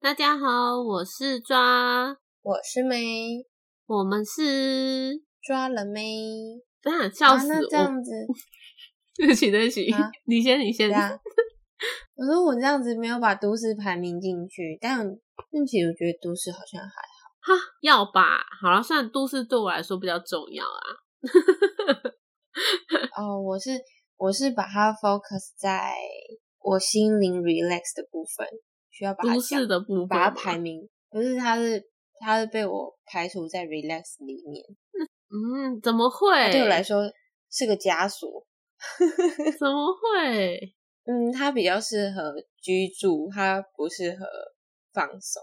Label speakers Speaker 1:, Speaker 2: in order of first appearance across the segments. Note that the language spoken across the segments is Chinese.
Speaker 1: 大家好，我是抓，
Speaker 2: 我是妹，
Speaker 1: 我们是，
Speaker 2: 抓了妹，
Speaker 1: 真的
Speaker 2: 啊
Speaker 1: 笑死
Speaker 2: 那这
Speaker 1: 我！
Speaker 2: 样子，
Speaker 1: 对不起，对不起
Speaker 2: 啊，
Speaker 1: 你先，你先
Speaker 2: 对，啊。我说我这样子没有把都市排名进去，但但其实我觉得都市好像还
Speaker 1: 哈，要吧？好了，算都市对我来说比较重要啊。
Speaker 2: 哦，我是我是把它 focus 在我心灵 relax 的部分，需要把它
Speaker 1: 都
Speaker 2: 讲
Speaker 1: 市的部分
Speaker 2: 把它
Speaker 1: 嘛
Speaker 2: 排名，不是它是它是被我排除在 relax 里面，
Speaker 1: 嗯，怎么会？
Speaker 2: 对我来说是个枷锁。
Speaker 1: 怎么会？
Speaker 2: 嗯，它比较适合居住，它不适合放松。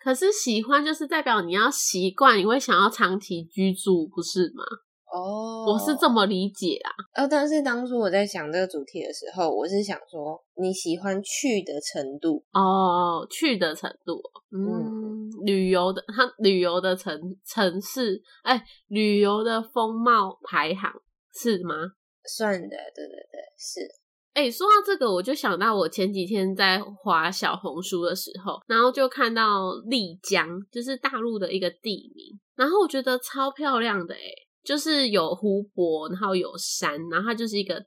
Speaker 1: 可是喜欢就是代表你要习惯，你会想要长期居住，不是吗？
Speaker 2: 哦，
Speaker 1: 我是这么理解啦。
Speaker 2: 呃，但是当初我在想这个主题的时候，我是想说你喜欢去的程度，
Speaker 1: 哦，去的程度，哦嗯，旅游的它旅游的城城市，哎、旅游的风貌排行是吗？
Speaker 2: 算的，对对对，是，
Speaker 1: 哎、说到这个，我就想到我前几天在滑小红书的时候，然后就看到丽江，就是大陆的一个地名，然后我觉得超漂亮的哎、就是有湖泊，然后有山，然后它就是一个，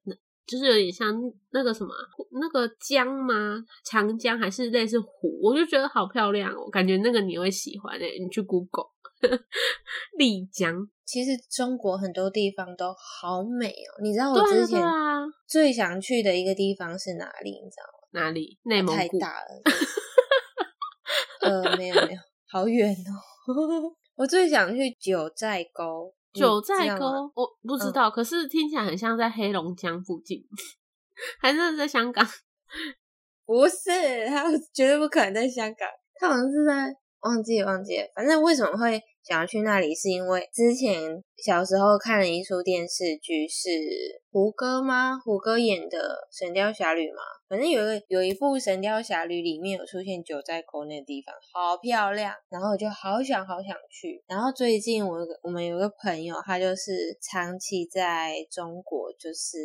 Speaker 1: 就是有点像那个什么那个江吗？长江还是类似湖？我就觉得好漂亮哦，感觉那个你会喜欢哎、你去 Google 丽江，
Speaker 2: 其实中国很多地方都好美哦，你知道
Speaker 1: 对
Speaker 2: 我
Speaker 1: 啊
Speaker 2: 之
Speaker 1: 对
Speaker 2: 前
Speaker 1: 啊，
Speaker 2: 最想去的一个地方是哪里？你知道
Speaker 1: 哪里？内
Speaker 2: 吗？
Speaker 1: 蒙
Speaker 2: 太
Speaker 1: 古。
Speaker 2: 大了。对呃，没有没有，好远哦。 我最想去九寨沟，你
Speaker 1: 九
Speaker 2: 知
Speaker 1: 寨
Speaker 2: 道吗
Speaker 1: 沟，我不
Speaker 2: 嗯
Speaker 1: 知道，可是听起来很像在黑龙江附近， 还是在香港？
Speaker 2: 不是，他绝对不可能在香港，他好像是在忘记了忘记了，反正为什么会想要去那里，是因为之前小时候看了一出电视剧，是胡歌吗？胡歌演的《神雕侠侣》吗？反正有一个有一部《神雕侠侣》里面有出现九寨沟那个地方，好漂亮，然后我就好想好想去。然后最近我有个我们有个朋友，他就是长期在中国就是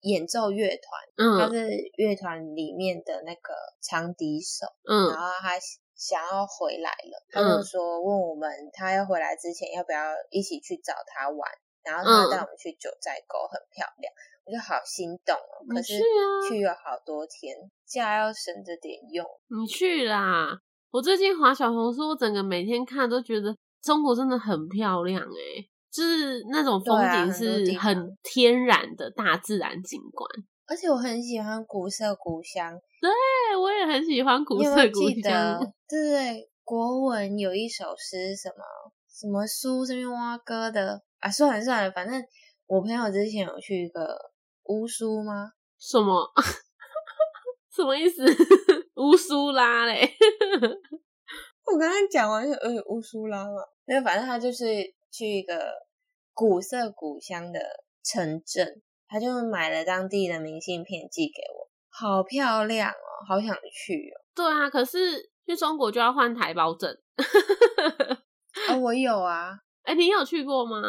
Speaker 2: 演奏乐团。他
Speaker 1: 嗯
Speaker 2: 是乐团里面的那个长笛手，然
Speaker 1: 嗯，
Speaker 2: 后他想要回来了，他就说问我们他要回来之前要不要一起去找他玩，然后
Speaker 1: 嗯
Speaker 2: 他要带我们去九寨沟，很漂亮，我就好心动哦。
Speaker 1: 你
Speaker 2: 可
Speaker 1: 去
Speaker 2: 是
Speaker 1: 啊
Speaker 2: 去有好多天，假要省着点用。
Speaker 1: 你去啦！我最近滑小红书，我整个每天看都觉得中国真的很漂亮诶、就是那种风
Speaker 2: 对啊
Speaker 1: 景
Speaker 2: 很多
Speaker 1: 是
Speaker 2: 地方
Speaker 1: 很天然的大自然景观。
Speaker 2: 而且我很喜欢古色古香，
Speaker 1: 对，我也很喜欢古
Speaker 2: 你有
Speaker 1: 色
Speaker 2: 没有
Speaker 1: 古
Speaker 2: 记
Speaker 1: 香
Speaker 2: 得。？对对对，国文有一首诗，什么什么书这边挖歌的啊？算了算了，反正我朋友之前有去一个乌苏吗？
Speaker 1: 什么？ 什么意思？ 乌苏拉嘞？
Speaker 2: 我刚刚讲完是呃乌苏拉嘛，没有，反正他就是去一个古色古香的城镇，他就买了当地的明信片寄给我，好漂亮哦，好想去
Speaker 1: 对啊，可是去中国就要换台胞证。
Speaker 2: 哦。哦，我有啊，
Speaker 1: 哎、你有去过吗？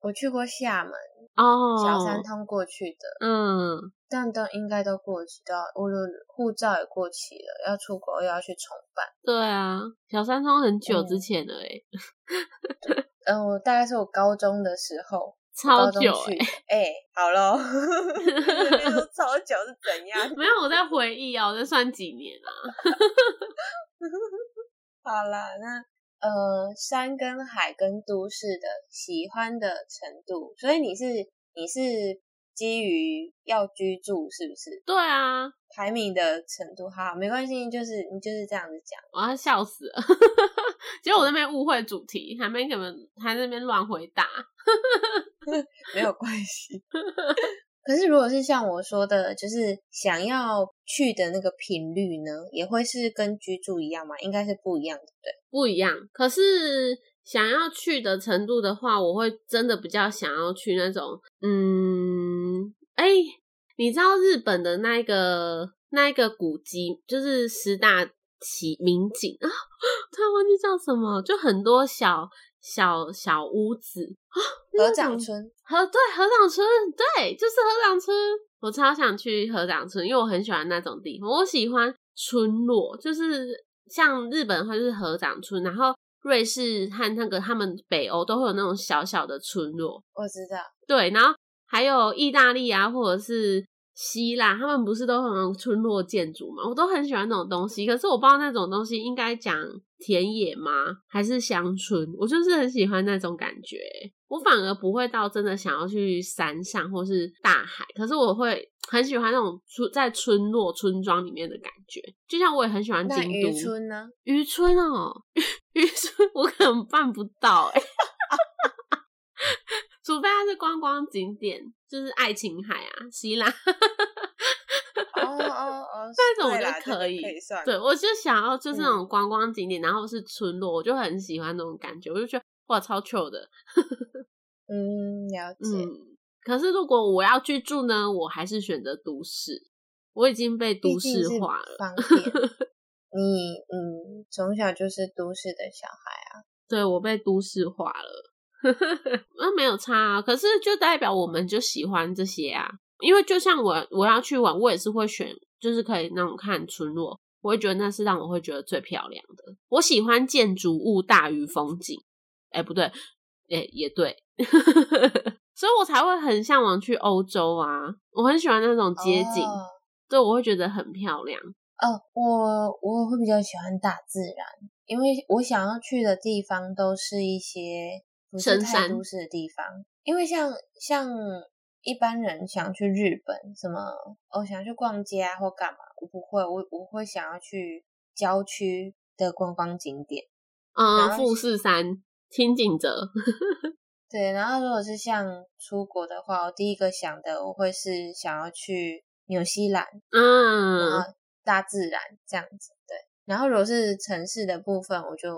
Speaker 2: 我去过厦门
Speaker 1: 哦，
Speaker 2: 小三通过去的。
Speaker 1: 嗯，
Speaker 2: 但都应该都过期到，我的护照也过期了，要出国又要去重办。
Speaker 1: 对啊，小三通很久之
Speaker 2: 嗯
Speaker 1: 前了、欸，哎、
Speaker 2: 嗯、我大概是我高中的时候，
Speaker 1: 超
Speaker 2: 高中
Speaker 1: 久哎、
Speaker 2: 去的。哎、好咯， 没有超久是怎样？
Speaker 1: 没有，我在回忆啊，我在算几年啊。
Speaker 2: 好啦，那呃，山跟海跟都市的喜欢的程度，所以你是你是基于要居住是不是
Speaker 1: 对啊，
Speaker 2: 排名的程度？好，没关系，就是你就是这样子讲。
Speaker 1: 我要笑死了。 结果我那边误会主题，还没给们还在那边乱回答。
Speaker 2: 没有关系。 可是如果是像我说的，就是想要去的那个频率呢，也会是跟居住一样吗？应该是不一样的，对
Speaker 1: 不一样。可是想要去的程度的话，我会真的比较想要去那种，嗯，哎、你知道日本的那一个那一个古迹，就是十大奇民警 啊，突然忘记叫什么，就很多小小小屋子啊，那
Speaker 2: 合
Speaker 1: 种
Speaker 2: 掌村，
Speaker 1: 河对河长村，对，就是河长村。我超想去河长村，因为我很喜欢那种地方。我喜欢村落，就是像日本的话就是河长村，然后瑞士和那个他们北欧都会有那种小小的村落。
Speaker 2: 我知道，
Speaker 1: 对，然后还有意大利啊，或者是希腊，他们不是都会有那种村落建筑嘛？我都很喜欢那种东西。可是我不知道那种东西应该讲田野吗？还是乡村？我就是很喜欢那种感觉。欸我反而不会到真的想要去山上或是大海，可是我会很喜欢那种村在村落、村庄里面的感觉。就像我也很喜欢京
Speaker 2: 那
Speaker 1: 都
Speaker 2: 渔村呢？
Speaker 1: 渔村哦， 渔村我可能办不到哎、 除非它是观光景点，就是爱琴海啊、希 腊，
Speaker 2: 哦哦哦，
Speaker 1: 那种我
Speaker 2: 对
Speaker 1: 就
Speaker 2: 啦这个
Speaker 1: 可
Speaker 2: 可
Speaker 1: 以
Speaker 2: 算，
Speaker 1: 对我就想要
Speaker 2: 嗯
Speaker 1: 就是那种观光景点，然后是村落，我就很喜欢那种感觉，我就觉得哇超 chill 的，
Speaker 2: 嗯，了解。
Speaker 1: 嗯。可是如果我要去住呢，我还是选择都市，我已经被
Speaker 2: 毕
Speaker 1: 都
Speaker 2: 竟
Speaker 1: 市
Speaker 2: 是
Speaker 1: 化了。
Speaker 2: 方便。 你嗯，从小就是都市的小孩，
Speaker 1: 对我被都市化了， 那没有差啊。可是就代表我们就喜欢这些啊，因为就像我我要去玩，我也是会选，就是可以那种看村落，我会觉得那是让我会觉得最漂亮的。我喜欢建筑物大于风景，哎、不对，哎、也对， 所以我才会很向往去欧洲啊。我很喜欢那种街景，
Speaker 2: 哦
Speaker 1: 对我会觉得很漂亮。
Speaker 2: 哦，我我会比较喜欢大自然，因为我想要去的地方都是一些不是
Speaker 1: 深
Speaker 2: 太
Speaker 1: 山
Speaker 2: 都市的地方，因为像像一般人想去日本，什么哦想去逛街啊或干嘛，我不会，我我会想要去郊区的观光景点。然
Speaker 1: 嗯，
Speaker 2: 后
Speaker 1: 富士山、清景泽，
Speaker 2: 对，然后如果是像出国的话，我第一个想的我会是想要去纽西兰，然
Speaker 1: 嗯，
Speaker 2: 后大自然这样子，对。然后如果是城市的部分，我就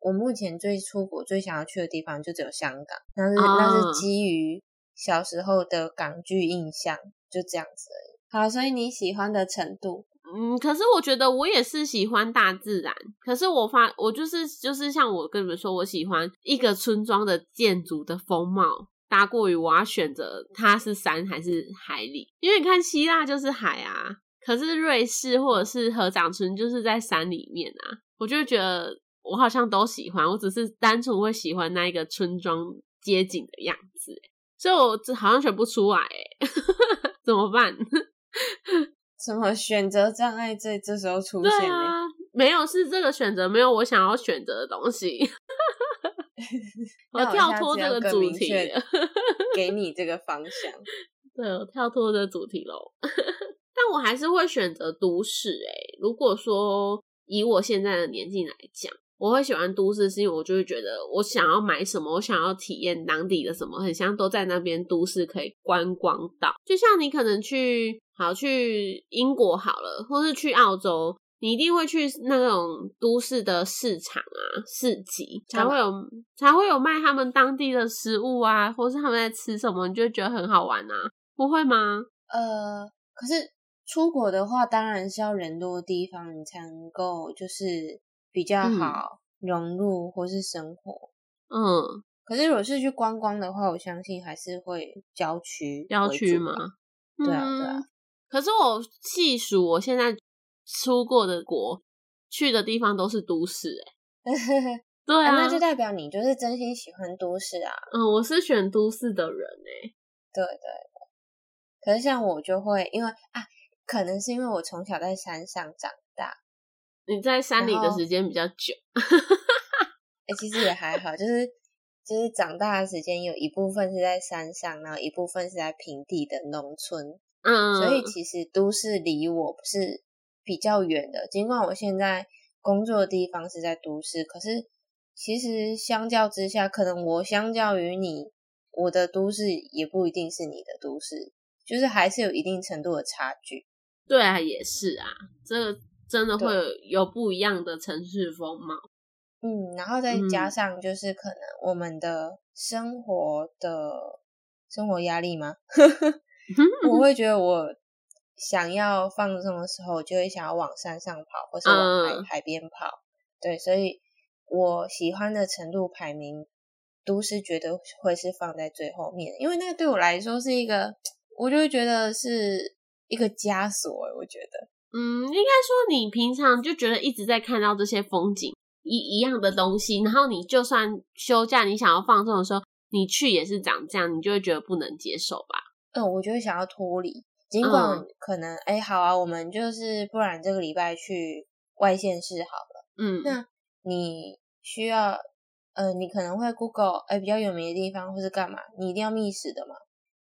Speaker 2: 我目前最出国最想要去的地方就只有香港，那是、那
Speaker 1: 哦
Speaker 2: 是基于小时候的港剧印象，就这样子而已。好，所以你喜欢的程度，
Speaker 1: 嗯，可是我觉得我也是喜欢大自然，可是我发我就是就是像我跟你们说，我喜欢一个村庄的建筑的风貌，大过于我要选择它是山还是海里，因为你看希腊就是海啊，可是瑞士或者是合掌村就是在山里面啊，我就会觉得我好像都喜欢，我只是单纯会喜欢那一个村庄街景的样子、欸所以我这好像选不出来、欸， 怎么办？
Speaker 2: 什么选择障碍这这时候出
Speaker 1: 对
Speaker 2: 现呢？
Speaker 1: 啊，没有是这个选择，没有我想要选择的东西。我
Speaker 2: 那
Speaker 1: 跳
Speaker 2: 下
Speaker 1: 脱
Speaker 2: 次
Speaker 1: 这
Speaker 2: 要
Speaker 1: 个
Speaker 2: 更
Speaker 1: 主
Speaker 2: 明
Speaker 1: 题
Speaker 2: 确
Speaker 1: 了，
Speaker 2: 给你这个方向。
Speaker 1: 对，我跳脱这个主题喽。但我还是会选择都市、欸。如果说以我现在的年纪来讲，我会喜欢都市，是因为我就会觉得我想要买什么，我想要体验当地的什么，很像都在那边都市可以观光到。就像你可能去好去英国好了，或是去澳洲，你一定会去那种都市的市场啊、市集，才
Speaker 2: 干嘛
Speaker 1: 会有才会有卖他们当地的食物啊，或是他们在吃什么，你就会觉得很好玩啊，不会吗？
Speaker 2: 呃，可是出国的话，当然是要人多的地方，你才能够就是比较
Speaker 1: 嗯
Speaker 2: 好融入或是生活。
Speaker 1: 嗯。
Speaker 2: 可是如果是去观光的话，我相信还是会郊区
Speaker 1: 郊
Speaker 2: 为
Speaker 1: 区
Speaker 2: 主
Speaker 1: 吗
Speaker 2: 吧？？对啊对啊
Speaker 1: 嗯。可是我细数我现在出过的国，去的地方都是都市、欸， 对
Speaker 2: 啊
Speaker 1: 啊，
Speaker 2: 那就代表你就是真心喜欢都市啊，
Speaker 1: 嗯，我是选都市的人、欸，
Speaker 2: 对对对。可是像我就会，因为啊，可能是因为我从小在山上长大，
Speaker 1: 你在山里
Speaker 2: 然
Speaker 1: 的
Speaker 2: 后
Speaker 1: 时间比较久，
Speaker 2: 哎、其实也还好，就是就是长大的时间有一部分是在山上，然后一部分是在平地的农村，
Speaker 1: 嗯，
Speaker 2: 所以其实都市离我不是比较远的。尽管我现在工作的地方是在都市，可是其实相较之下，可能我相较于你，我的都市也不一定是你的都市，就是还是有一定程度的差距。
Speaker 1: 对啊，也是啊，这个真的
Speaker 2: 对
Speaker 1: 会有有不一样的城市风貌，
Speaker 2: 嗯，然后再加
Speaker 1: 嗯
Speaker 2: 上就是可能我们的 生 活的生活压力吗？我会觉得我想要放松的时候，就会想要往山上跑，或是往海、
Speaker 1: 嗯
Speaker 2: 海边跑。对，所以我喜欢的程度排名，都市绝对会是放在最后面，因为那个对我来说是一个，我就会觉得是一个枷锁。欸我觉得，
Speaker 1: 嗯，应该说你平常就觉得一直在看到这些风景一一样的东西，然后你就算休假，你想要放松的时候，你去也是长这样，你就会觉得不能接受吧？
Speaker 2: 嗯，我就会想要脱离，尽管
Speaker 1: 嗯
Speaker 2: 可能，哎、好啊，我们就是不然这个礼拜去外县市好了。
Speaker 1: 嗯
Speaker 2: 那你需要，呃，你可能会 Google 哎、比较有名的地方，或是干嘛，你一定要觅食的嘛，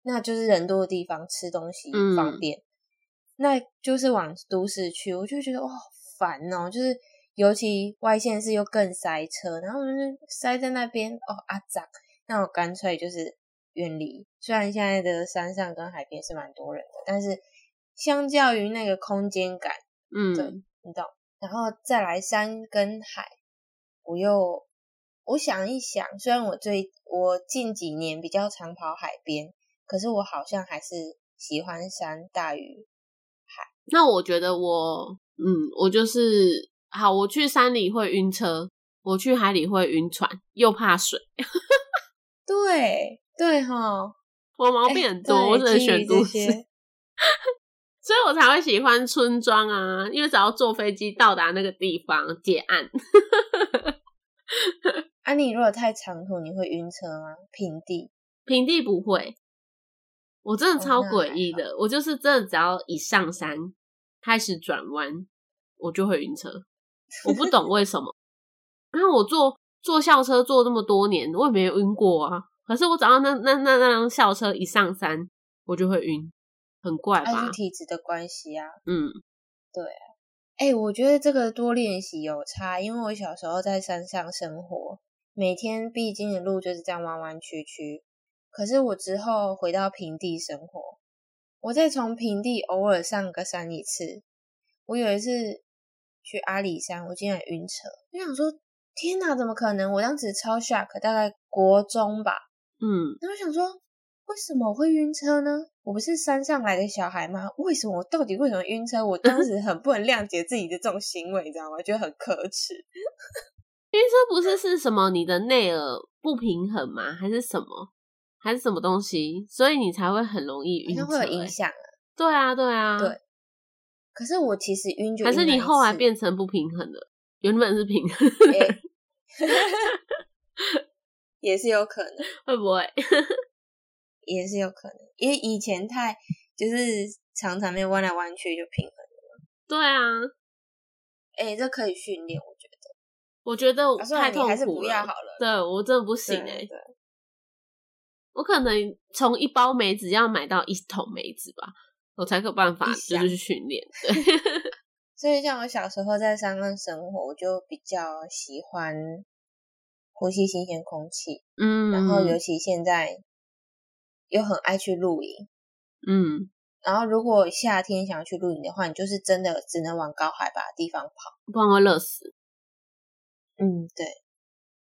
Speaker 2: 那就是人多的地方吃东西
Speaker 1: 嗯
Speaker 2: 方便，那就是往都市去，我就觉得哇好烦哦，就是尤其外县市又更塞车，然后我就是塞在那边哦啊长，那我干脆就是远离。虽然现在的山上跟海边是蛮多人的，但是相较于那个空间感。
Speaker 1: 嗯
Speaker 2: 你懂？然后再来山跟海，我又我想一想，虽然我最我近几年比较常跑海边，可是我好像还是喜欢山大于
Speaker 1: 那我觉得我，嗯，我就是好，我去山里会晕车，我去海里会晕船，又怕水，
Speaker 2: 对对哈，
Speaker 1: 我毛
Speaker 2: 哎
Speaker 1: 病很多，
Speaker 2: 对
Speaker 1: 我只能
Speaker 2: 基于
Speaker 1: 选
Speaker 2: 这
Speaker 1: 都
Speaker 2: 些
Speaker 1: 市。 所以我才会喜欢村庄啊，因为只要坐飞机到达那个地方接岸，
Speaker 2: 啊，你如果太长途，你会晕车吗？平地
Speaker 1: 平地不会。我真的
Speaker 2: 哦
Speaker 1: 超
Speaker 2: 那
Speaker 1: 诡
Speaker 2: 还
Speaker 1: 异的，我就是真的只要一上山开始转弯，我就会晕 车，我不懂为什么。然后我坐坐校车坐那么多年，我也没有晕过啊。可是我只要那那那那辆校车一上山，我就会晕，很怪
Speaker 2: 啊，
Speaker 1: 吧
Speaker 2: 是？体质的关系啊。
Speaker 1: 嗯，
Speaker 2: 哎、我觉得这个多练习有差，因为我小时候在山上生活，每天必经的路就是这样弯弯曲曲。可是我之后回到平地生活，我再从平地偶尔上个山一次。我有一次去阿里山，我竟然晕车，我想说天哪，怎么可能？我当时超 shock，大概国中吧。
Speaker 1: 嗯，
Speaker 2: 然后我想说，为什么我会晕车呢？我不是山上来的小孩吗？为什么我到底为什么晕车？我当时很不能谅解自己的这种行为，你知道吗？觉得很可耻。
Speaker 1: 晕车不是是什么？你的内耳不平衡吗？还是什么？还是什么东西？所以你才会很容易
Speaker 2: 好
Speaker 1: 晕车、
Speaker 2: 像会有影
Speaker 1: 欸
Speaker 2: 响。
Speaker 1: 对啊，对啊，
Speaker 2: 对可是我其实晕就
Speaker 1: 还
Speaker 2: 晕
Speaker 1: 是
Speaker 2: 那
Speaker 1: 你
Speaker 2: 一
Speaker 1: 后来
Speaker 2: 次
Speaker 1: 变成不平衡了？原本是平 衡的人，
Speaker 2: 欸也是有可能，
Speaker 1: 会不会？
Speaker 2: 也是有可能，因为以前太就是常常被弯来弯去就平衡。
Speaker 1: 对啊，
Speaker 2: 哎、这可以训练，我觉得。
Speaker 1: 我觉得
Speaker 2: 啊、算了，
Speaker 1: 哦太
Speaker 2: 你
Speaker 1: 痛
Speaker 2: 还是
Speaker 1: 苦
Speaker 2: 不
Speaker 1: 了。
Speaker 2: 要好了。
Speaker 1: 对我真的不行
Speaker 2: 对
Speaker 1: 哎、
Speaker 2: 对
Speaker 1: 我可能从一包梅子要买到一桶梅子吧，我才有办法
Speaker 2: 一
Speaker 1: 就
Speaker 2: 箱
Speaker 1: 是去训练。
Speaker 2: 所以像我小时候在山上生活，我就比较喜欢呼吸新鲜空气，
Speaker 1: 嗯，
Speaker 2: 然后尤其现在又很爱去露营。
Speaker 1: 嗯，
Speaker 2: 然后如果夏天想要去露营的话，你就是真的只能往高海拔的地方跑。
Speaker 1: 不然会热死。
Speaker 2: 嗯，对。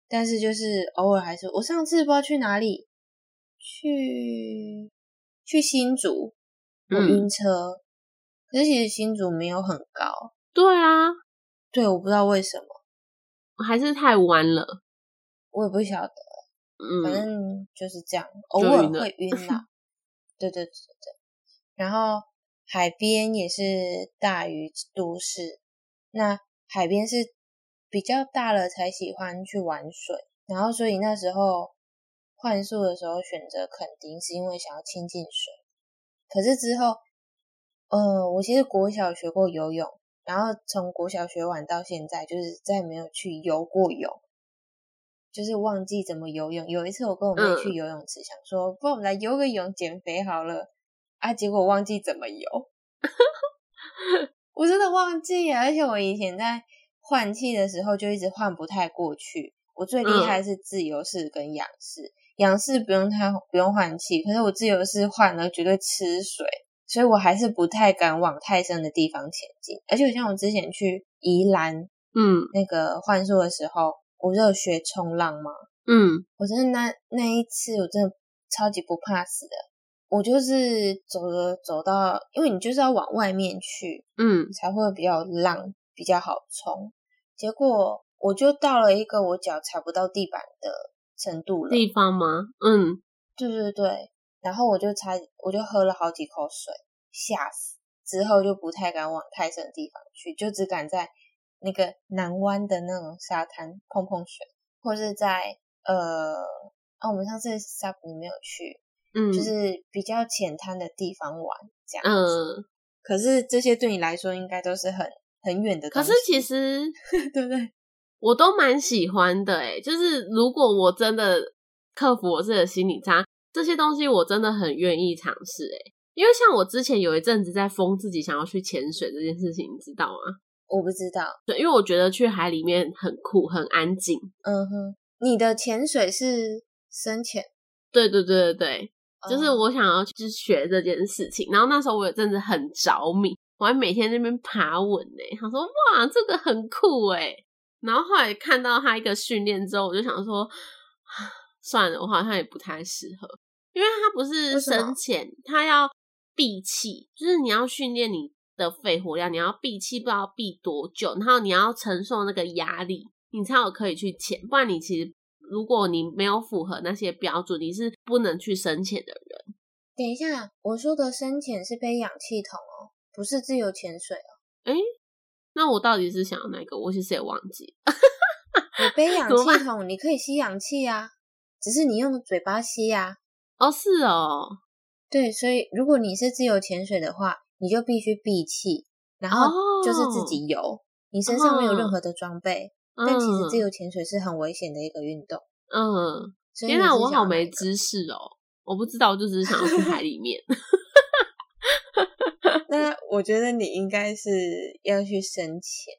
Speaker 2: 但是就是偶尔还是，我上次不知道去哪里，去去新竹，我
Speaker 1: 嗯
Speaker 2: 晕车。可是其实新竹没有很高，
Speaker 1: 对啊，
Speaker 2: 对，我不知道为什么，
Speaker 1: 还是太弯了。
Speaker 2: 我也不晓得。反
Speaker 1: 嗯，
Speaker 2: 正就是这样，偶
Speaker 1: 就
Speaker 2: 尔
Speaker 1: 晕了
Speaker 2: 会晕 啦。对对对对对。然后海边也是大于都市，那海边是比较大了才喜欢去玩水，然后所以那时候换宿的时候选择垦丁，是因为想要亲近水。可是之后，呃，我其实国小学过游泳，然后从国小学完到现在，就是再没有去游过泳，就是忘记怎么游泳。有一次我跟我妹
Speaker 1: 嗯
Speaker 2: 去游泳池，想说不然我们来游个泳减肥好了，啊，结果忘记怎么游，我真的忘记了，而且我以前在换气的时候就一直换不太过去。我最厉害是自由式跟仰式，仰式不用太不用换气，可是我自由式换了绝对吃水。所以我还是不太敢往太深的地方前进。而且像我之前去宜兰
Speaker 1: 嗯
Speaker 2: 那个换宿的时候，我就有学冲浪嘛，
Speaker 1: 嗯，
Speaker 2: 我真的那那一次我真的超级不怕死的，我就是走着走到，因为你就是要往外面去，
Speaker 1: 嗯，
Speaker 2: 才会比较浪，比较好冲。结果我就到了一个我脚踩不到地板的程度了，
Speaker 1: 地方吗？嗯，
Speaker 2: 对对对，然后我就差，我就喝了好几口水，吓死！之后就不太敢往太深的地方去，就只敢在那个南湾的那种沙滩碰碰水，或是在呃，啊，我们上次沙湖没有去，
Speaker 1: 嗯，
Speaker 2: 就是比较浅滩的地方玩这样
Speaker 1: 嗯、
Speaker 2: 子。可是这些对你来说应该都是很很远的
Speaker 1: 可
Speaker 2: 东
Speaker 1: 是其
Speaker 2: 西，
Speaker 1: 实
Speaker 2: 对不对？
Speaker 1: 我都蛮喜欢的诶、就是如果我真的克服我自己的心理差，这些东西我真的很愿意尝试诶。因为像我之前有一阵子在疯自己想要去潜水这件事情，你知道吗？
Speaker 2: 我不知道，
Speaker 1: 对，因为我觉得去海里面很酷，很安静。
Speaker 2: 嗯哼，你的潜水是深潜，
Speaker 1: 对对对对对，就是
Speaker 2: 哦
Speaker 1: 我想要去学这件事情。然后那时候我有阵子很着迷，我还每天在那边爬稳呢、他说哇，这个很酷诶、然后后来看到他一个训练之后，我就想说，啊算了，我好像也不太适合，因为他不是
Speaker 2: 为什么
Speaker 1: 深潜，他要闭气，就是你要训练你的肺活量，你要闭气，不知道闭多久，然后你要承受那个压力，你才有可以去潜，不然你其实。如果你没有符合那些标准，你是不能去深潜的人。
Speaker 2: 等一下，我说的深潜是背氧气筒哦，不是自由潜 水哦。
Speaker 1: 那我到底是想要哪一个？我其实也忘记。
Speaker 2: 你背氧
Speaker 1: 怎么办
Speaker 2: 气筒，你可以吸氧气啊，只是你用嘴巴吸啊。
Speaker 1: 哦，是哦，
Speaker 2: 对，所以如果你是自由潜水的话，你就必须闭气，然后
Speaker 1: 哦
Speaker 2: 就是自己游，你身上没有任何的装备。
Speaker 1: 嗯
Speaker 2: 但其实自由潜水是很危险的一个运动。
Speaker 1: 嗯，
Speaker 2: 所以
Speaker 1: 天
Speaker 2: 你
Speaker 1: 哪，
Speaker 2: 是
Speaker 1: 我
Speaker 2: 想
Speaker 1: 好
Speaker 2: 要哪
Speaker 1: 没
Speaker 2: 一个
Speaker 1: 知识哦！我不知道，我就只是想要去海里面。
Speaker 2: 那我觉得你应该是要去深潜，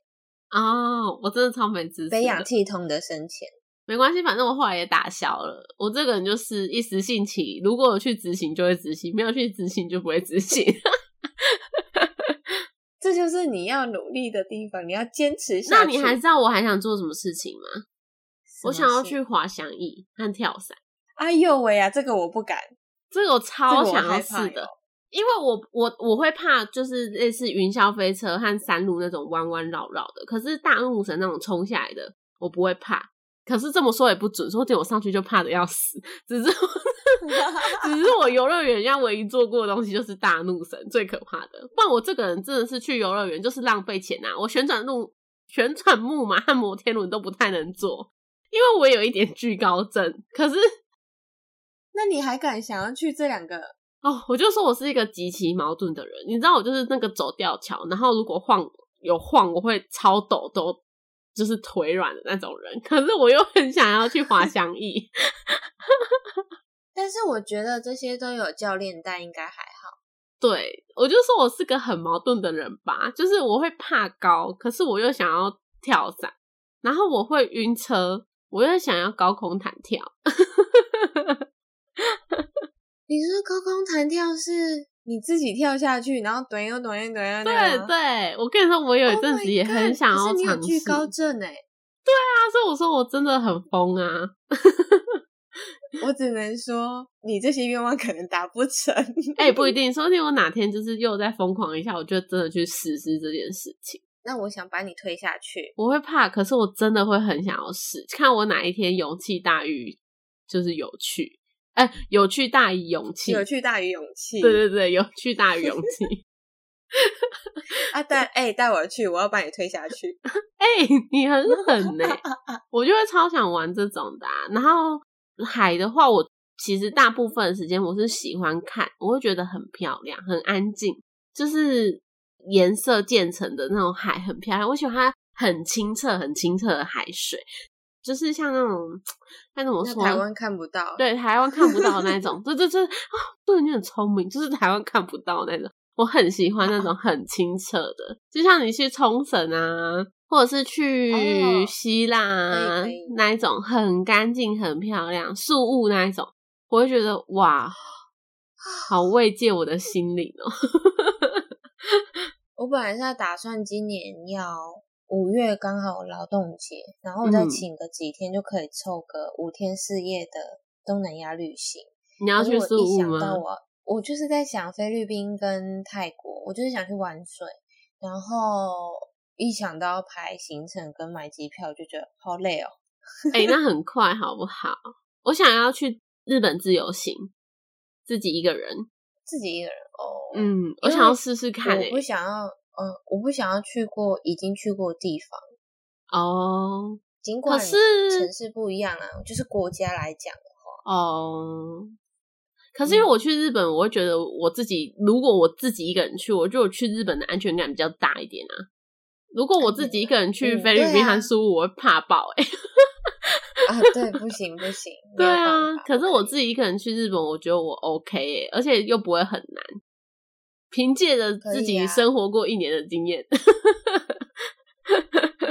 Speaker 1: 哦，我真的超没知识的。
Speaker 2: 背氧气筒的深潜。
Speaker 1: 没关系，反正我后来也打消了。我这个人就是一时兴起，如果有去执行就会执行，没有去执行就不会执行。
Speaker 2: 这就是你要努力的地方，你要坚持下
Speaker 1: 那
Speaker 2: 去。
Speaker 1: 你还知道我还想做什么事情吗？
Speaker 2: 什么
Speaker 1: 我想要
Speaker 2: 事
Speaker 1: 去滑翔翼和跳伞，
Speaker 2: 哎呦喂呀、这个我不敢，
Speaker 1: 这个我超
Speaker 2: 这个我
Speaker 1: 想要
Speaker 2: 害
Speaker 1: 试
Speaker 2: 怕欸
Speaker 1: 的
Speaker 2: 哟。
Speaker 1: 因为我我我会怕，就是类似云霄飞车和山路那种弯弯绕绕的，可是大恩武神那种冲下来的，我不会怕。可是这么说也不准，说不定我上去就怕的要死。只是我 只是我游乐园人家唯一做过的东西就是大怒神，最可怕的。不然我这个人真的是去游乐园就是浪费钱啊！我旋转木旋转木马和摩天轮都不太能做，因为我有一点惧高症。可是
Speaker 2: 那你还敢想要去这两个？
Speaker 1: 哦，我就说我是一个极其矛盾的人，你知道我就是那个走吊桥，然后如果晃有晃，我会超抖都就是腿软的那种人， 可是我又很想要去滑翔翼，
Speaker 2: 但是我觉得这些都有教练带，应该还好。
Speaker 1: 对我就说我是个很矛盾的人吧，就是我会怕高，可是我又想要跳伞，然后我会晕车，我又想要高空弹跳，
Speaker 2: 你说高空弹跳是你自己跳下去，然后短又短又短？Oh 又
Speaker 1: 对对，我跟你说，我有一阵子也很想要
Speaker 2: 你有
Speaker 1: 尝试
Speaker 2: 惧，高症哎、
Speaker 1: 他说我说我真的很疯啊，
Speaker 2: 我只能说你这些愿望可能达不成。
Speaker 1: 哎、不一定，说不定我哪天就是又再疯狂一下，我就真的去实施这件事情。
Speaker 2: 那我想把你推下去，
Speaker 1: 我会怕，可是我真的会很想要试，看我哪一天勇气大于就是有趣，哎、有趣大于勇气，
Speaker 2: 有趣大于勇气。
Speaker 1: 对对对，有趣大于勇气。
Speaker 2: 啊，带哎、带我去，我要把你推下去。
Speaker 1: 哎、你很狠 呢、我就会超想玩这种的、啊。然后海的话，我其实大部分的时间我是喜欢看，我会觉得很漂亮、很安静，就是颜色渐层的那种海很漂亮。我喜欢它很清澈、很清澈的海水，就是像那种该怎么
Speaker 2: 那
Speaker 1: 说？
Speaker 2: 台湾看不到，
Speaker 1: 对台湾看不到的那种，对对对，啊，对你很聪明，就是台湾看不到那种。我很喜欢那种很清澈的，就像你去冲绳啊，或者是去
Speaker 2: 哦
Speaker 1: 希腊啊、
Speaker 2: 可以可以
Speaker 1: 那一种，很干净、很漂亮，树屋那一种，我会觉得哇，好慰藉我的心灵哦、
Speaker 2: 我本来是要打算今年要五月刚好劳动节，然后我再
Speaker 1: 嗯
Speaker 2: 请个几天就可以凑个五天四夜的东南亚旅行。
Speaker 1: 你要
Speaker 2: 可是
Speaker 1: 去
Speaker 2: 我
Speaker 1: 树
Speaker 2: 一
Speaker 1: 屋
Speaker 2: 想到
Speaker 1: 吗？
Speaker 2: 我我就是在想菲律宾跟泰国，我就是想去玩水，然后一想到排行程跟买机票，就觉得好累哦。
Speaker 1: 哎、那很快好不好？我想要去日本自由行，自己一个人。
Speaker 2: 自己一个人哦，，
Speaker 1: 嗯，我
Speaker 2: 因为
Speaker 1: 想要试试看哎、
Speaker 2: 我不想要，嗯、我不想要去过已经去过的地方，
Speaker 1: 哦
Speaker 2: 尽管
Speaker 1: 可是
Speaker 2: 城市不一样啊，就是国家来 讲，
Speaker 1: 哦，可
Speaker 2: 嗯
Speaker 1: 是因为我去日本，我会觉得我自己，如果我自己一个人去，我觉得我去日本的安全感比较大一点啊。如果我自己一个人去
Speaker 2: 嗯
Speaker 1: 菲律
Speaker 2: 对
Speaker 1: 宾
Speaker 2: 啊
Speaker 1: 和苏武，我会怕爆 哎、
Speaker 2: 啊，对，不行不行，没
Speaker 1: 对
Speaker 2: 有
Speaker 1: 啊
Speaker 2: 办，法
Speaker 1: 可是我
Speaker 2: 可以
Speaker 1: 自己一个人去日本，我觉得我 OK，、欸、而且又不会很难。凭借着
Speaker 2: 可
Speaker 1: 自
Speaker 2: 以
Speaker 1: 己
Speaker 2: 啊
Speaker 1: 生活过一年的经验，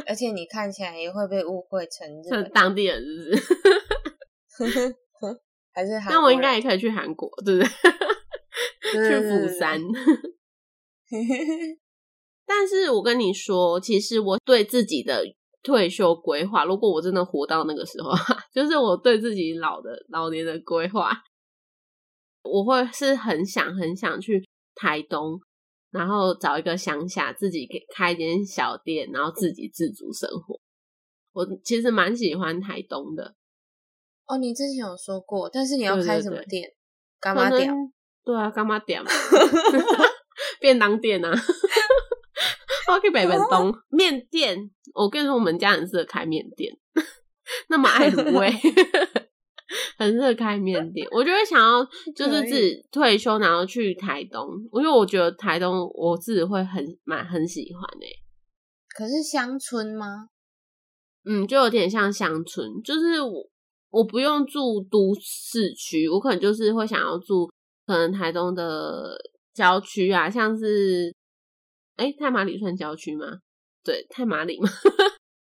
Speaker 2: 而且你看起来也会被误会成日
Speaker 1: 像
Speaker 2: 本
Speaker 1: 当地人是不是？
Speaker 2: 人，还是韩
Speaker 1: 那
Speaker 2: 国
Speaker 1: 我应
Speaker 2: 人。
Speaker 1: 该也可以去韩国，对不对？ 去釜山。
Speaker 2: 对对对对
Speaker 1: 但是我跟你说，其实我对自己的退休规划，如果我真的活到那个时候， 就是我对自己老的老年的规划，我会是很想很想去台东，然后找一个乡下，自己给开一间小店，然后自给自足生活。我其实蛮喜欢台东的，
Speaker 2: 哦，你之前有说过，但是你要
Speaker 1: 对对
Speaker 2: 开什么
Speaker 1: 对
Speaker 2: 店？干
Speaker 1: 可
Speaker 2: 嘛
Speaker 1: 能
Speaker 2: 屌？
Speaker 1: 对啊，干嘛 点？便当店啊， 我要去北门
Speaker 2: 哦
Speaker 1: 东面店。我跟你说，我们家很适合开面店， 那么爱卤味， 很适合开面店。我就会想要，就是自己退休，然后去台东，因为我觉得台东我自己会很蛮很喜欢诶、
Speaker 2: 可是乡村吗？
Speaker 1: 嗯，就有点像乡村，就是我我不用住都市区，我可能就是会想要住可能台东的郊区啊，像是哎、太马里算郊区吗？对，太马里嘛，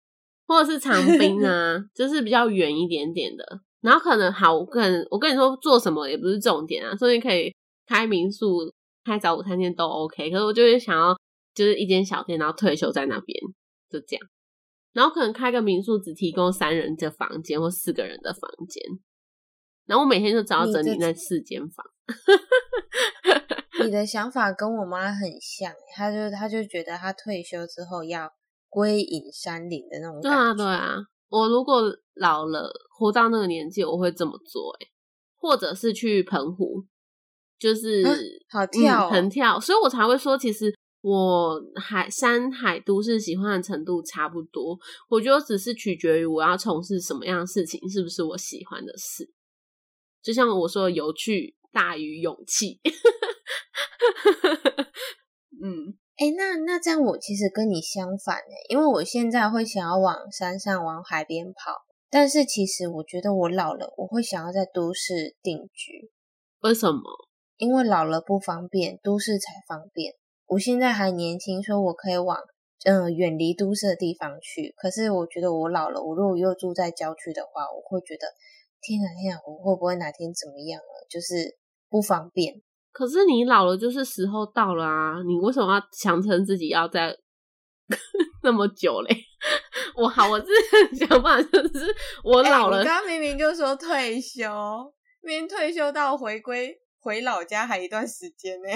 Speaker 1: 或者是长滨啊，就是比较远一点点的。然后可能好，我跟我跟你说做什么也不是重点啊，所以可以开民宿、开早午餐店都 OK。可是我就是想要就是一间小店，然后退休在那边，就这样。然后可能开个民宿，只提供三人的房间或四个人的房间。然后我每天就只要
Speaker 2: 你
Speaker 1: 整理
Speaker 2: 这
Speaker 1: 那四间房。
Speaker 2: 你的想法跟我妈很像，欸她就她就觉得她退休之后要归隐山林的那种
Speaker 1: 对
Speaker 2: 感觉。
Speaker 1: 啊，对啊，我如果老了，活到那个年纪，我会这么做、欸，或者是去澎湖，就是、
Speaker 2: 啊好跳哦
Speaker 1: 嗯，很跳，所以我才会说，其实我海山海都市喜欢的程度差不多，我觉得只是取决于我要从事什么样的事情，是不是我喜欢的事。就像我说，有趣大于勇气。 嗯，
Speaker 2: 哎、那那这样我其实跟你相反哎、因为我现在会想要往山上、往海边跑，但是其实我觉得我老了，我会想要在都市定居，
Speaker 1: 为什么？
Speaker 2: 因为老了不方便，都市才方便。我现在还年轻，所以我可以往嗯、呃远离都市的地方去。可是我觉得我老了，我如果又住在郊区的话，我会觉得天哪天哪，我会不会哪天怎么样了？就是不方便。
Speaker 1: 可是你老了，就是时候到了啊！你为什么要强撑自己要在 那么久嘞？ 我好，我是 想法就是我老了，
Speaker 2: 哎刚明明就说退休，明明退休到回归回老家还一段时间呢、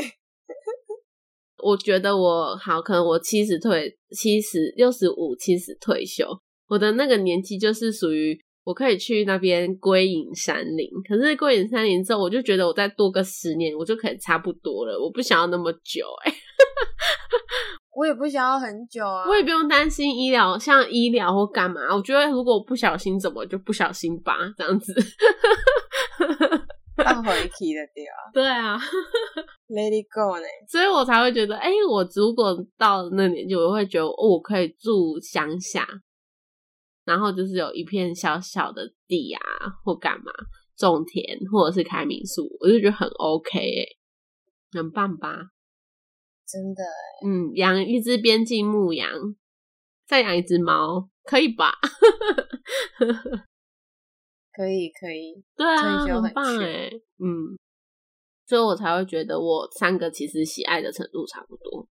Speaker 1: 我觉得我好，可能我七十退，七十六十五，七十退休，我的那个年纪就是属于我可以去那边归隐山林。可是归隐山林之后，我就觉得我再多个十年，我就可以差不多了，我不想要那么久、欸，
Speaker 2: 我也不想要很久啊，
Speaker 1: 我也不用担心医疗，像医疗或干嘛。我觉得如果不小心怎么就不小心吧，这样子。
Speaker 2: 放回去了对啊
Speaker 1: 对啊，
Speaker 2: ，Let it go 呢、
Speaker 1: 所以我才会觉得，哎、我如果到那年纪，我会觉得、哦、我可以住乡下，然后就是有一片小小的地啊，或干嘛种田，或者是开民宿，我就觉得很 OK，、欸、很棒吧？
Speaker 2: 真的，
Speaker 1: 嗯，养一只边境牧羊，再养一只猫，可以吧？
Speaker 2: 可以可以，
Speaker 1: 对啊，
Speaker 2: 退休
Speaker 1: 很
Speaker 2: 很
Speaker 1: 棒
Speaker 2: 炫
Speaker 1: 哎，嗯，所以我才会觉得我三个其实喜爱的程度差不多。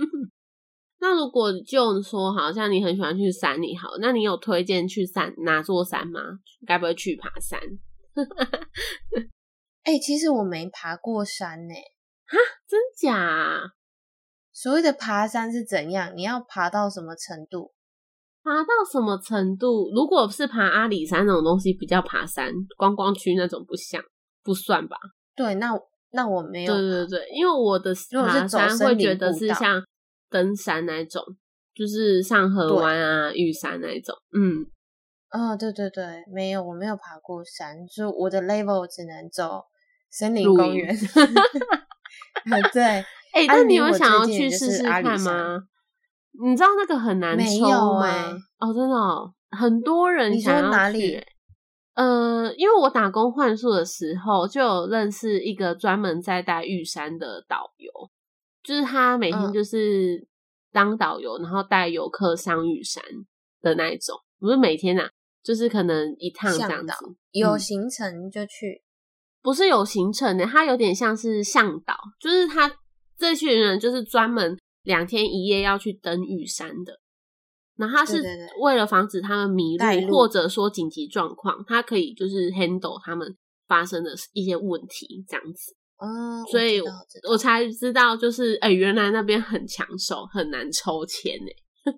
Speaker 1: 那如果就说，好像你很喜欢去山里，好，那你有推荐去山哪座山吗？该不会去爬山？
Speaker 2: 哎、哎、其实我没爬过山呢、
Speaker 1: 真假啊？
Speaker 2: 所谓的爬山是怎样？你要爬到什么程度？
Speaker 1: 爬到什么程度？如果是爬阿里山那种东西，不叫爬山，观光区那种不像，不算吧？
Speaker 2: 对，那我那我没有
Speaker 1: 对
Speaker 2: 爬。
Speaker 1: 对对，因为我的
Speaker 2: 如果是
Speaker 1: 爬
Speaker 2: 走
Speaker 1: 山
Speaker 2: 森
Speaker 1: 会
Speaker 2: 林
Speaker 1: 觉得
Speaker 2: 步
Speaker 1: 是
Speaker 2: 道
Speaker 1: 像登山那种，就是上河
Speaker 2: 对
Speaker 1: 湾啊、玉山那种。嗯，
Speaker 2: 哦，对对对，没有，我没有爬过山，就我的 level 只能走森林
Speaker 1: 露
Speaker 2: 公
Speaker 1: 营
Speaker 2: 园。啊，对，
Speaker 1: 哎、
Speaker 2: 啊
Speaker 1: 但你
Speaker 2: 离
Speaker 1: 有
Speaker 2: 我
Speaker 1: 想
Speaker 2: 最
Speaker 1: 要
Speaker 2: 近
Speaker 1: 去
Speaker 2: 的就
Speaker 1: 试
Speaker 2: 是
Speaker 1: 试
Speaker 2: 阿里
Speaker 1: 看
Speaker 2: 山
Speaker 1: 吗？你知道那个很难
Speaker 2: 没
Speaker 1: 抽
Speaker 2: 有
Speaker 1: 吗？
Speaker 2: 欸
Speaker 1: 哦，真的哦，很多人
Speaker 2: 你
Speaker 1: 想
Speaker 2: 说
Speaker 1: 要
Speaker 2: 哪
Speaker 1: 去
Speaker 2: 里
Speaker 1: 欸呃，因为我打工换宿的时候，就有认识一个专门在带玉山的导游，就是他每天
Speaker 2: 嗯
Speaker 1: 就是当导游，然后带游客上玉山的那一种，不是每天啊，就是可能一趟这
Speaker 2: 向
Speaker 1: 样
Speaker 2: 导
Speaker 1: 子。
Speaker 2: 有
Speaker 1: 嗯
Speaker 2: 行程就去。
Speaker 1: 不是有行程的，它有点像是向导，就是他这群人就是专门两天一夜要去登玉山的。然后他是
Speaker 2: 对对对
Speaker 1: 为了防止他们迷路，
Speaker 2: 带路
Speaker 1: 或者说紧急状况，他可以就是 handle 他们发生的一些问题这样子。
Speaker 2: 嗯，
Speaker 1: 所以
Speaker 2: 我知道知道
Speaker 1: 我才知道，就是哎、原来那边很抢手，很难抽签欸诶、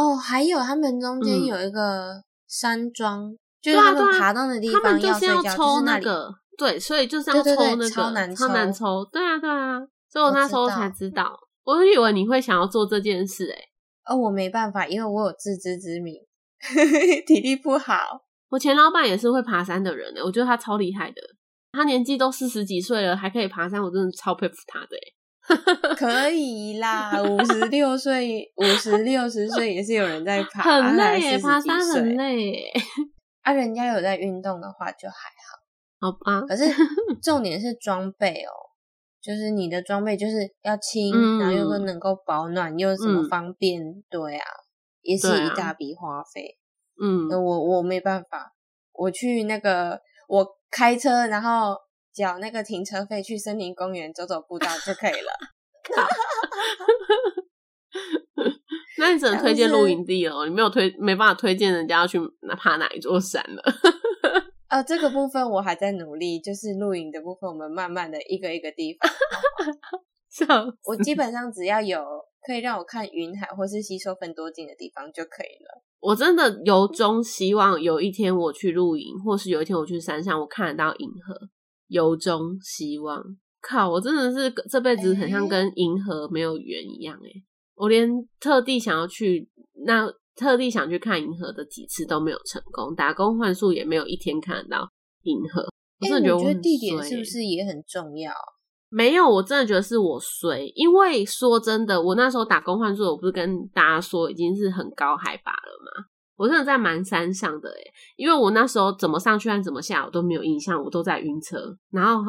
Speaker 2: 哦，还有他们
Speaker 1: 嗯
Speaker 2: 中间有一个山庄，就
Speaker 1: 对
Speaker 2: 是
Speaker 1: 啊
Speaker 2: 他们
Speaker 1: 对啊
Speaker 2: 爬到那地
Speaker 1: 他
Speaker 2: 方
Speaker 1: 们就
Speaker 2: 睡
Speaker 1: 要
Speaker 2: 觉，就
Speaker 1: 抽
Speaker 2: 是那
Speaker 1: 那
Speaker 2: 里。
Speaker 1: 个，对，所以就是要抽
Speaker 2: 对对对
Speaker 1: 那个，
Speaker 2: 超难
Speaker 1: 超难
Speaker 2: 抽
Speaker 1: 抽。对啊，对啊，所以我
Speaker 2: 我
Speaker 1: 那
Speaker 2: 知
Speaker 1: 时候
Speaker 2: 道
Speaker 1: 才知道，我以为你会想要做这件事、欸，
Speaker 2: 哦，我没办法，因为我有自知之明， 体力不好。
Speaker 1: 我前老板也是会爬山的人、欸，我觉得他超厉害的，他年纪都四十几岁了还可以爬山，我真的超佩服他的、欸。
Speaker 2: 可以啦，五十六岁、五十六十岁也是有人 在爬，啊
Speaker 1: 很累、
Speaker 2: 耶、
Speaker 1: 欸，爬山很。累、欸，
Speaker 2: 啊，人家有在运动的话就还
Speaker 1: 好吧
Speaker 2: 好，，可 是重点是装备哦，就是你的装备就是要轻，
Speaker 1: 嗯
Speaker 2: 然后又能够保暖，又什么
Speaker 1: 嗯
Speaker 2: 方便，对啊，也是
Speaker 1: 对
Speaker 2: 一
Speaker 1: 啊
Speaker 2: 大笔花费。
Speaker 1: 嗯，
Speaker 2: 呃我我没办法，我去那个我开车，然后缴那个停车费去森林公园走走步道就可以了。
Speaker 1: 那你只能推荐
Speaker 2: 像
Speaker 1: 露
Speaker 2: 是
Speaker 1: 营地哦，你没有推，没办法推荐人家要去哪爬哪一座山了。
Speaker 2: 呃，这个部分我还在努力，就是露营的部分，我们慢慢的一个一个地 方。
Speaker 1: 笑
Speaker 2: 我基本上只要有可以让我看云海或是吸收分多精的地方就可以了。
Speaker 1: 我真的由衷希望有一天我去露营，或是有一天我去山上，我看得到银河。由衷希望，靠！我真的是这辈子很像
Speaker 2: 诶
Speaker 1: 跟银河没有缘一样诶、欸我连特地想要去那特地想去看银河的几次都没有成功，打工换宿也没有一天看得到银河。我
Speaker 2: 哎、
Speaker 1: 真的
Speaker 2: 我
Speaker 1: 我
Speaker 2: 觉
Speaker 1: 很
Speaker 2: 得地点
Speaker 1: 衰
Speaker 2: 是
Speaker 1: 欸
Speaker 2: 不是也很重要？
Speaker 1: 没有，我真的觉得是我衰，因为说真的，我那时候打工换宿，我不是跟大家说已经是很高海拔了嘛，我真的在蛮山上的诶、欸因为我那时候怎么上去和怎么下我都没有印象，我都在晕车，然后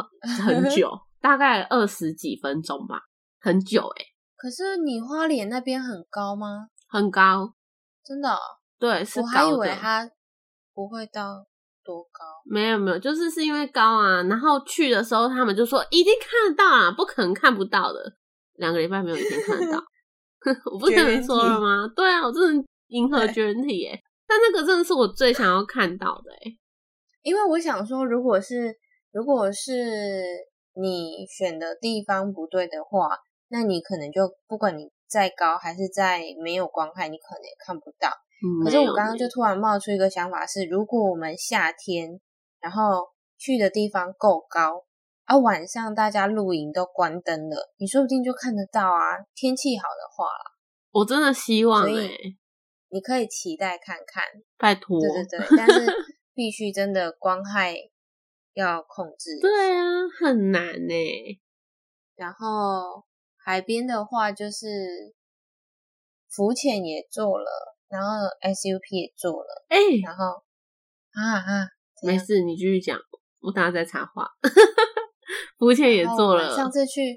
Speaker 1: 很很 久，大概二十几分钟吧，很久欸诶、
Speaker 2: 可是你花莲那边很高吗？
Speaker 1: 很高，
Speaker 2: 真的哦、
Speaker 1: 对，是
Speaker 2: 我还以
Speaker 1: 高
Speaker 2: 为
Speaker 1: 的。
Speaker 2: 它不会到多高。
Speaker 1: 没有没有，就是是因为高啊，然后去的时候他们就说一定看得到啊，不可能看不到的。两个礼拜没有一天看得 到，我不是跟你说了吗？对啊，我真的迎合
Speaker 2: 对
Speaker 1: 绝缘体耶。但那个真的是我最想要看到的哎，
Speaker 2: 因为我想说，如果是如果是你选的地方不对的话，那你可能就不管你再高还是再没有光害，你可能也看不到。
Speaker 1: 嗯
Speaker 2: 可是
Speaker 1: 没
Speaker 2: 我
Speaker 1: 有
Speaker 2: 刚刚
Speaker 1: 耶
Speaker 2: 就突然冒出一个想法是，如果我们夏天然后去的地方够高，啊晚上大家露营都关灯了，你说不定就看得到啊。天气好的话啦，
Speaker 1: 我真的希望
Speaker 2: 所以
Speaker 1: 哎，
Speaker 2: 你可以期待看看。
Speaker 1: 拜托，
Speaker 2: 对对 对，但是必须真的光害要控制。
Speaker 1: 对啊，很难哎，
Speaker 2: 然后海边的话就是浮潜也做了，然后 SUP 也做了，
Speaker 1: 哎，
Speaker 2: 然后啊啊，怎
Speaker 1: 没
Speaker 2: 样
Speaker 1: 事，你继续讲，我等下再插话。 浮潜也
Speaker 2: 然后
Speaker 1: 做
Speaker 2: 我们
Speaker 1: 了，
Speaker 2: 上次去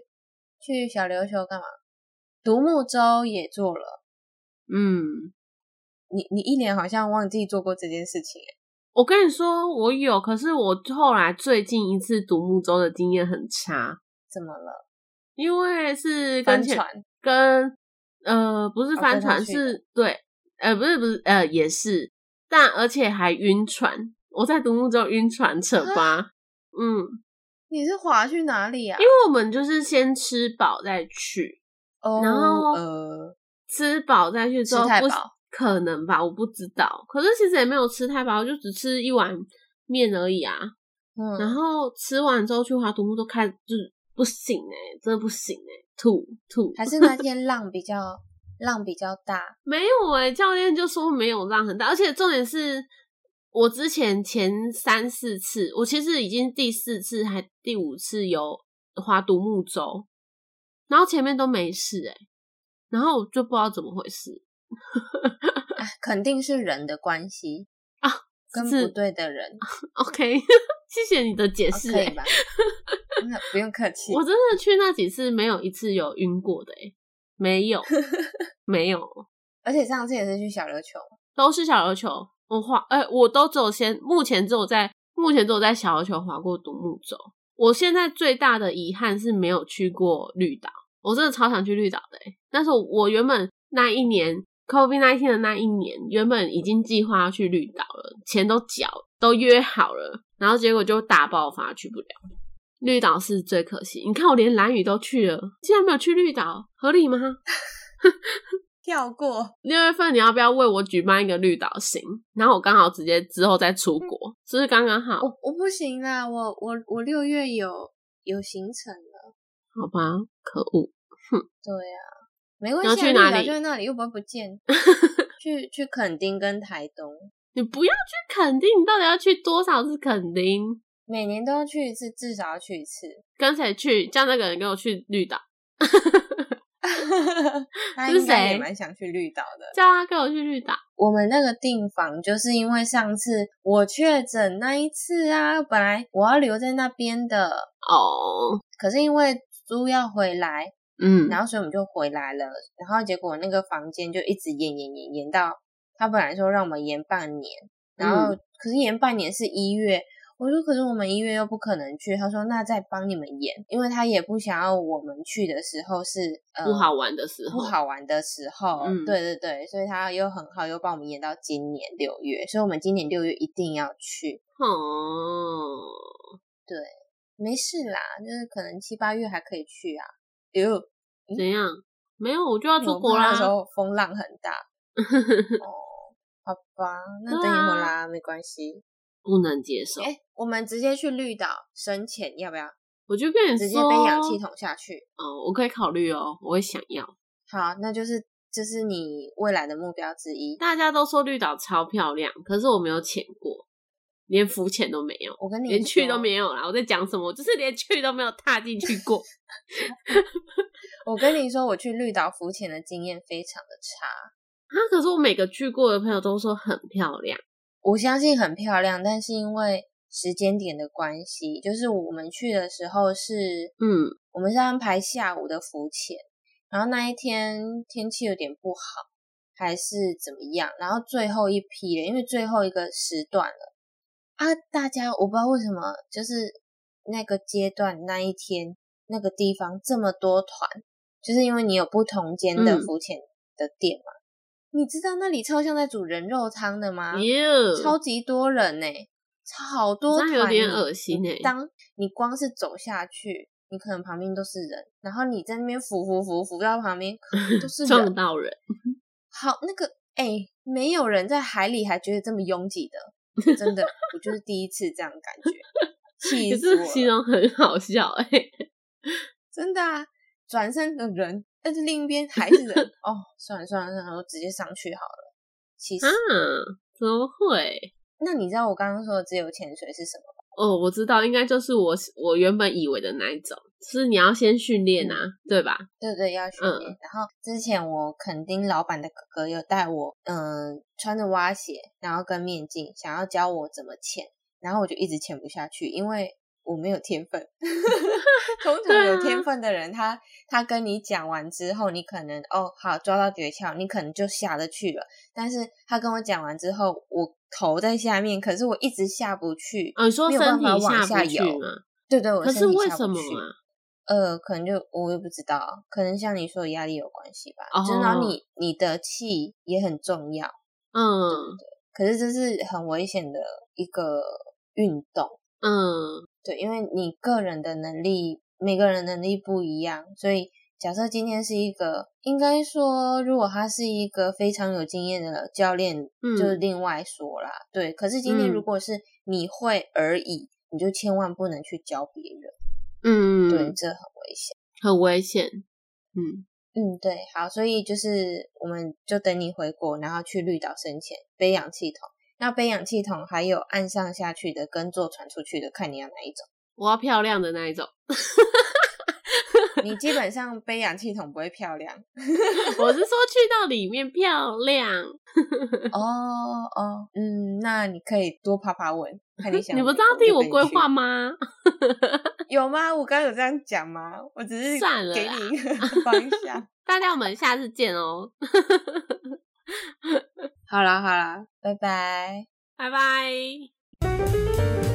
Speaker 2: 去小琉球干嘛？独木舟也做了。
Speaker 1: 嗯，
Speaker 2: 你你一年好像忘记做过这件事情耶，欸
Speaker 1: 我跟你说，我有，可是我后来最近一次独木舟的经验很差，
Speaker 2: 怎么了？
Speaker 1: 因为是跟
Speaker 2: 帆
Speaker 1: 前
Speaker 2: 船
Speaker 1: 跟呃不是
Speaker 2: 哦
Speaker 1: 帆
Speaker 2: 跟
Speaker 1: 船，
Speaker 2: 上去的
Speaker 1: 是对，呃不是不是呃也是，
Speaker 2: 啊
Speaker 1: 但而且还晕船，我在独木舟晕船扯吧，嗯，
Speaker 2: 你你是滑去哪里啊
Speaker 1: 因？为我们就是先吃饱再去，
Speaker 2: 哦
Speaker 1: 然后
Speaker 2: 呃，
Speaker 1: 吃饱再去之
Speaker 2: 吃
Speaker 1: 后
Speaker 2: 太
Speaker 1: 不
Speaker 2: 饱
Speaker 1: 可能吧？我不知道，可是其实也没有吃太饱，我就只吃一碗面而已啊。然
Speaker 2: 嗯，
Speaker 1: 后吃完之后去划独木舟看，就是不行哎、真的不行哎、吐吐。
Speaker 2: 还是那天浪比较浪比较大，
Speaker 1: 没有哎、教练就说没有浪很大，而且重点是我之前前三四次，我其实已经第四次还第五次有划独木舟，然后前面都没事哎、然后我就不知道怎么回事，
Speaker 2: 哎，肯定是人的关系
Speaker 1: 啊，
Speaker 2: 跟
Speaker 1: 是
Speaker 2: 不对的人，
Speaker 1: OK，谢 谢你的解
Speaker 2: 哦
Speaker 1: 释、
Speaker 2: 可
Speaker 1: 欸
Speaker 2: 以吧？那不用客气，
Speaker 1: 我真的去那几次没有一次有晕过的、欸，没 有，没有，
Speaker 2: 而且上次也是去小琉球，
Speaker 1: 都是小琉球。我滑，哎、我都只有先，目前只有在目前只有在小琉球滑过独木舟。我现在最大的遗憾是没有去过绿岛，我真的超想去绿岛的、欸。但是我原本那一年 COVID 1 9的那一年，原本已经计划要去绿岛了，钱都缴都约好了，然后结果就大爆发，去不了。绿岛是最可惜，你看我连蓝屿都去了，竟然没有去绿岛，合理吗？
Speaker 2: 跳过，
Speaker 1: 六月份你要不要为我举办一个绿岛行？然后我刚好直接之后再出国，是不是刚刚好？
Speaker 2: 我我不行啦，我我我六月有有行程了，
Speaker 1: 好吧，可恶！
Speaker 2: 对呀、没关
Speaker 1: 你要
Speaker 2: 系啊，
Speaker 1: 去
Speaker 2: 绿
Speaker 1: 哪
Speaker 2: 岛
Speaker 1: 里
Speaker 2: 就在那里，又不会不 见，去去垦丁跟台东，
Speaker 1: 你不要去垦丁，你到底要去多少次垦丁？
Speaker 2: 每年都要去一次，至少要去一次。
Speaker 1: 跟谁去？叫那个人跟我去绿岛，
Speaker 2: 他
Speaker 1: 是
Speaker 2: 应该也
Speaker 1: 谁
Speaker 2: 蛮想去绿岛的。
Speaker 1: 叫他跟我去绿岛。
Speaker 2: 我们那个订房，就是因为上次我确诊那一次啊，本来我要留在那边的，
Speaker 1: 哦，
Speaker 2: 可是因为猪要回来，
Speaker 1: 嗯，
Speaker 2: 然后所以我们就回来了。然后结果那个房间就一直延延延延到他本来说让我们延半年，然后、
Speaker 1: 嗯
Speaker 2: 可是延半年是一月，我说可是我们一月又不可能去，他说那再帮你们延，因为他也不想要我们去的时候是呃
Speaker 1: 不好玩的时候，
Speaker 2: 不好玩的时候，
Speaker 1: 嗯
Speaker 2: 对对对，所以他又很好，又帮我们延到今年六月，所以我们今年六月一定要去。
Speaker 1: 哦，
Speaker 2: 没事啦，就是可能七八月还可以去啊。哟，
Speaker 1: 怎样？没有，我就要出国
Speaker 2: 我怕
Speaker 1: 啦
Speaker 2: 那。时候风浪很 大。哦，好吧，那等
Speaker 1: 对
Speaker 2: 你
Speaker 1: 啊
Speaker 2: 回来啊、没关系。
Speaker 1: 不能接受，
Speaker 2: 哎、我们直接去绿岛深潜，要不要？
Speaker 1: 我就跟你说，
Speaker 2: 直接背氧气筒下去。
Speaker 1: 哦，我可以考虑哦，我会想要。
Speaker 2: 好，那就是这是你未来的目标之一。
Speaker 1: 大家都说绿岛超漂亮，可是我没有潜过，连浮潜都没有，
Speaker 2: 我跟你
Speaker 1: 连去都
Speaker 2: 说
Speaker 1: 没有啦。我在讲什么？我就是连去都没有踏进去 过。啊
Speaker 2: 我跟你说，我去绿岛浮潜的经验非常的差。
Speaker 1: 啊，可是我每个去过的朋友都说很漂亮。
Speaker 2: 我相信很漂亮，但是因为时间点的关系，就是我们去的时候是，
Speaker 1: 嗯，
Speaker 2: 我们是安排下午的浮潜，然后那一天天气有点不好，还是怎么样，然后最后一批了，因为最后一个时段了啊，大家我不知道为什么，就是那个阶段那一天那个地方这么多团，就是因为你有不同间的
Speaker 1: 嗯
Speaker 2: 浮潜的店嘛。你知道那里超像在煮人肉汤的吗？
Speaker 1: 耶，
Speaker 2: 啊超级多人呢、超好多
Speaker 1: 这
Speaker 2: 团，
Speaker 1: 样有点恶心
Speaker 2: 你
Speaker 1: 欸
Speaker 2: 当你光是走下去，你可能旁边都是人，然后你在那边扶扶扶扶到旁边 都是
Speaker 1: 撞
Speaker 2: 人，
Speaker 1: 到人，
Speaker 2: 好那个哎、没有人在海里还觉得这么拥挤的，真的，我就是第一次这样感觉， 气
Speaker 1: 可
Speaker 2: 死
Speaker 1: 是
Speaker 2: 我
Speaker 1: 形
Speaker 2: 了，
Speaker 1: 容很好笑 哎、
Speaker 2: 真的啊，转身的人，但是另一边还是 人，哦，算了算了算了，我直接上去好了，气死
Speaker 1: 啊。，怎么会？
Speaker 2: 那你知道我刚刚说的自由潜水是什么吗？
Speaker 1: 哦，我知道，应该就是我我原本以为的那一种，就是你要先训练
Speaker 2: 嗯
Speaker 1: 啊，对吧？
Speaker 2: 对对，要训练。
Speaker 1: 嗯
Speaker 2: 然后之前我垦丁老板的哥哥有带我，嗯，穿着蛙鞋，然后跟面镜，想要教我怎么潜，然后我就一直潜不下去，因为我没有天分。 通常
Speaker 1: 对
Speaker 2: 有
Speaker 1: 啊
Speaker 2: 天分的人，他他跟你讲完之后，你可能哦好抓到诀窍，你可能就下得去了。但是他跟我讲完之后，我头在下面，可是我一直下不去。
Speaker 1: 哦，你说
Speaker 2: 没有
Speaker 1: 身
Speaker 2: 办
Speaker 1: 体
Speaker 2: 法
Speaker 1: 下
Speaker 2: 往下
Speaker 1: 不去
Speaker 2: 游
Speaker 1: 吗？
Speaker 2: 对对，我
Speaker 1: 可
Speaker 2: 身
Speaker 1: 是
Speaker 2: 体
Speaker 1: 为
Speaker 2: 下不
Speaker 1: 什么
Speaker 2: 去
Speaker 1: 啊？
Speaker 2: 呃，可能就我也不知道，可能像你说的压力有关系吧。就是然后
Speaker 1: 哦
Speaker 2: 你你的气也很重要，
Speaker 1: 嗯
Speaker 2: 可是这是很危险的一个运动。
Speaker 1: 嗯，
Speaker 2: 对，因为你个人的能力，每个人能力不一样，所以假设今天是一个，应该说，如果他是一个非常有经验的教练，
Speaker 1: 嗯
Speaker 2: 就是另外说啦。对，可是今天
Speaker 1: 嗯
Speaker 2: 如果是你会而已，你就千万不能去教别人，
Speaker 1: 嗯，
Speaker 2: 对，，这很危险。
Speaker 1: 很危险。嗯，
Speaker 2: 嗯，对，好，所以就是我们就等你回国，然后去绿岛深潜背氧气筒。那背氧气筒还有岸上下去的跟坐船出去的，看你要哪一种。
Speaker 1: 我要漂亮的那一 种，
Speaker 2: 你基本上背氧气筒不会漂 亮。
Speaker 1: 我是说去到里面漂亮。
Speaker 2: 哦哦，嗯，那你可以多爬爬文，看你想。
Speaker 1: 你不是要替我
Speaker 2: 就
Speaker 1: 规
Speaker 2: 跟你去
Speaker 1: 划吗？
Speaker 2: 有吗？我刚刚有这样讲吗？我只是
Speaker 1: 算了
Speaker 2: 给
Speaker 1: 啦
Speaker 2: 你一个方 向。
Speaker 1: 大家我们下次见哦，
Speaker 2: 好啦好啦，拜拜。
Speaker 1: 拜拜。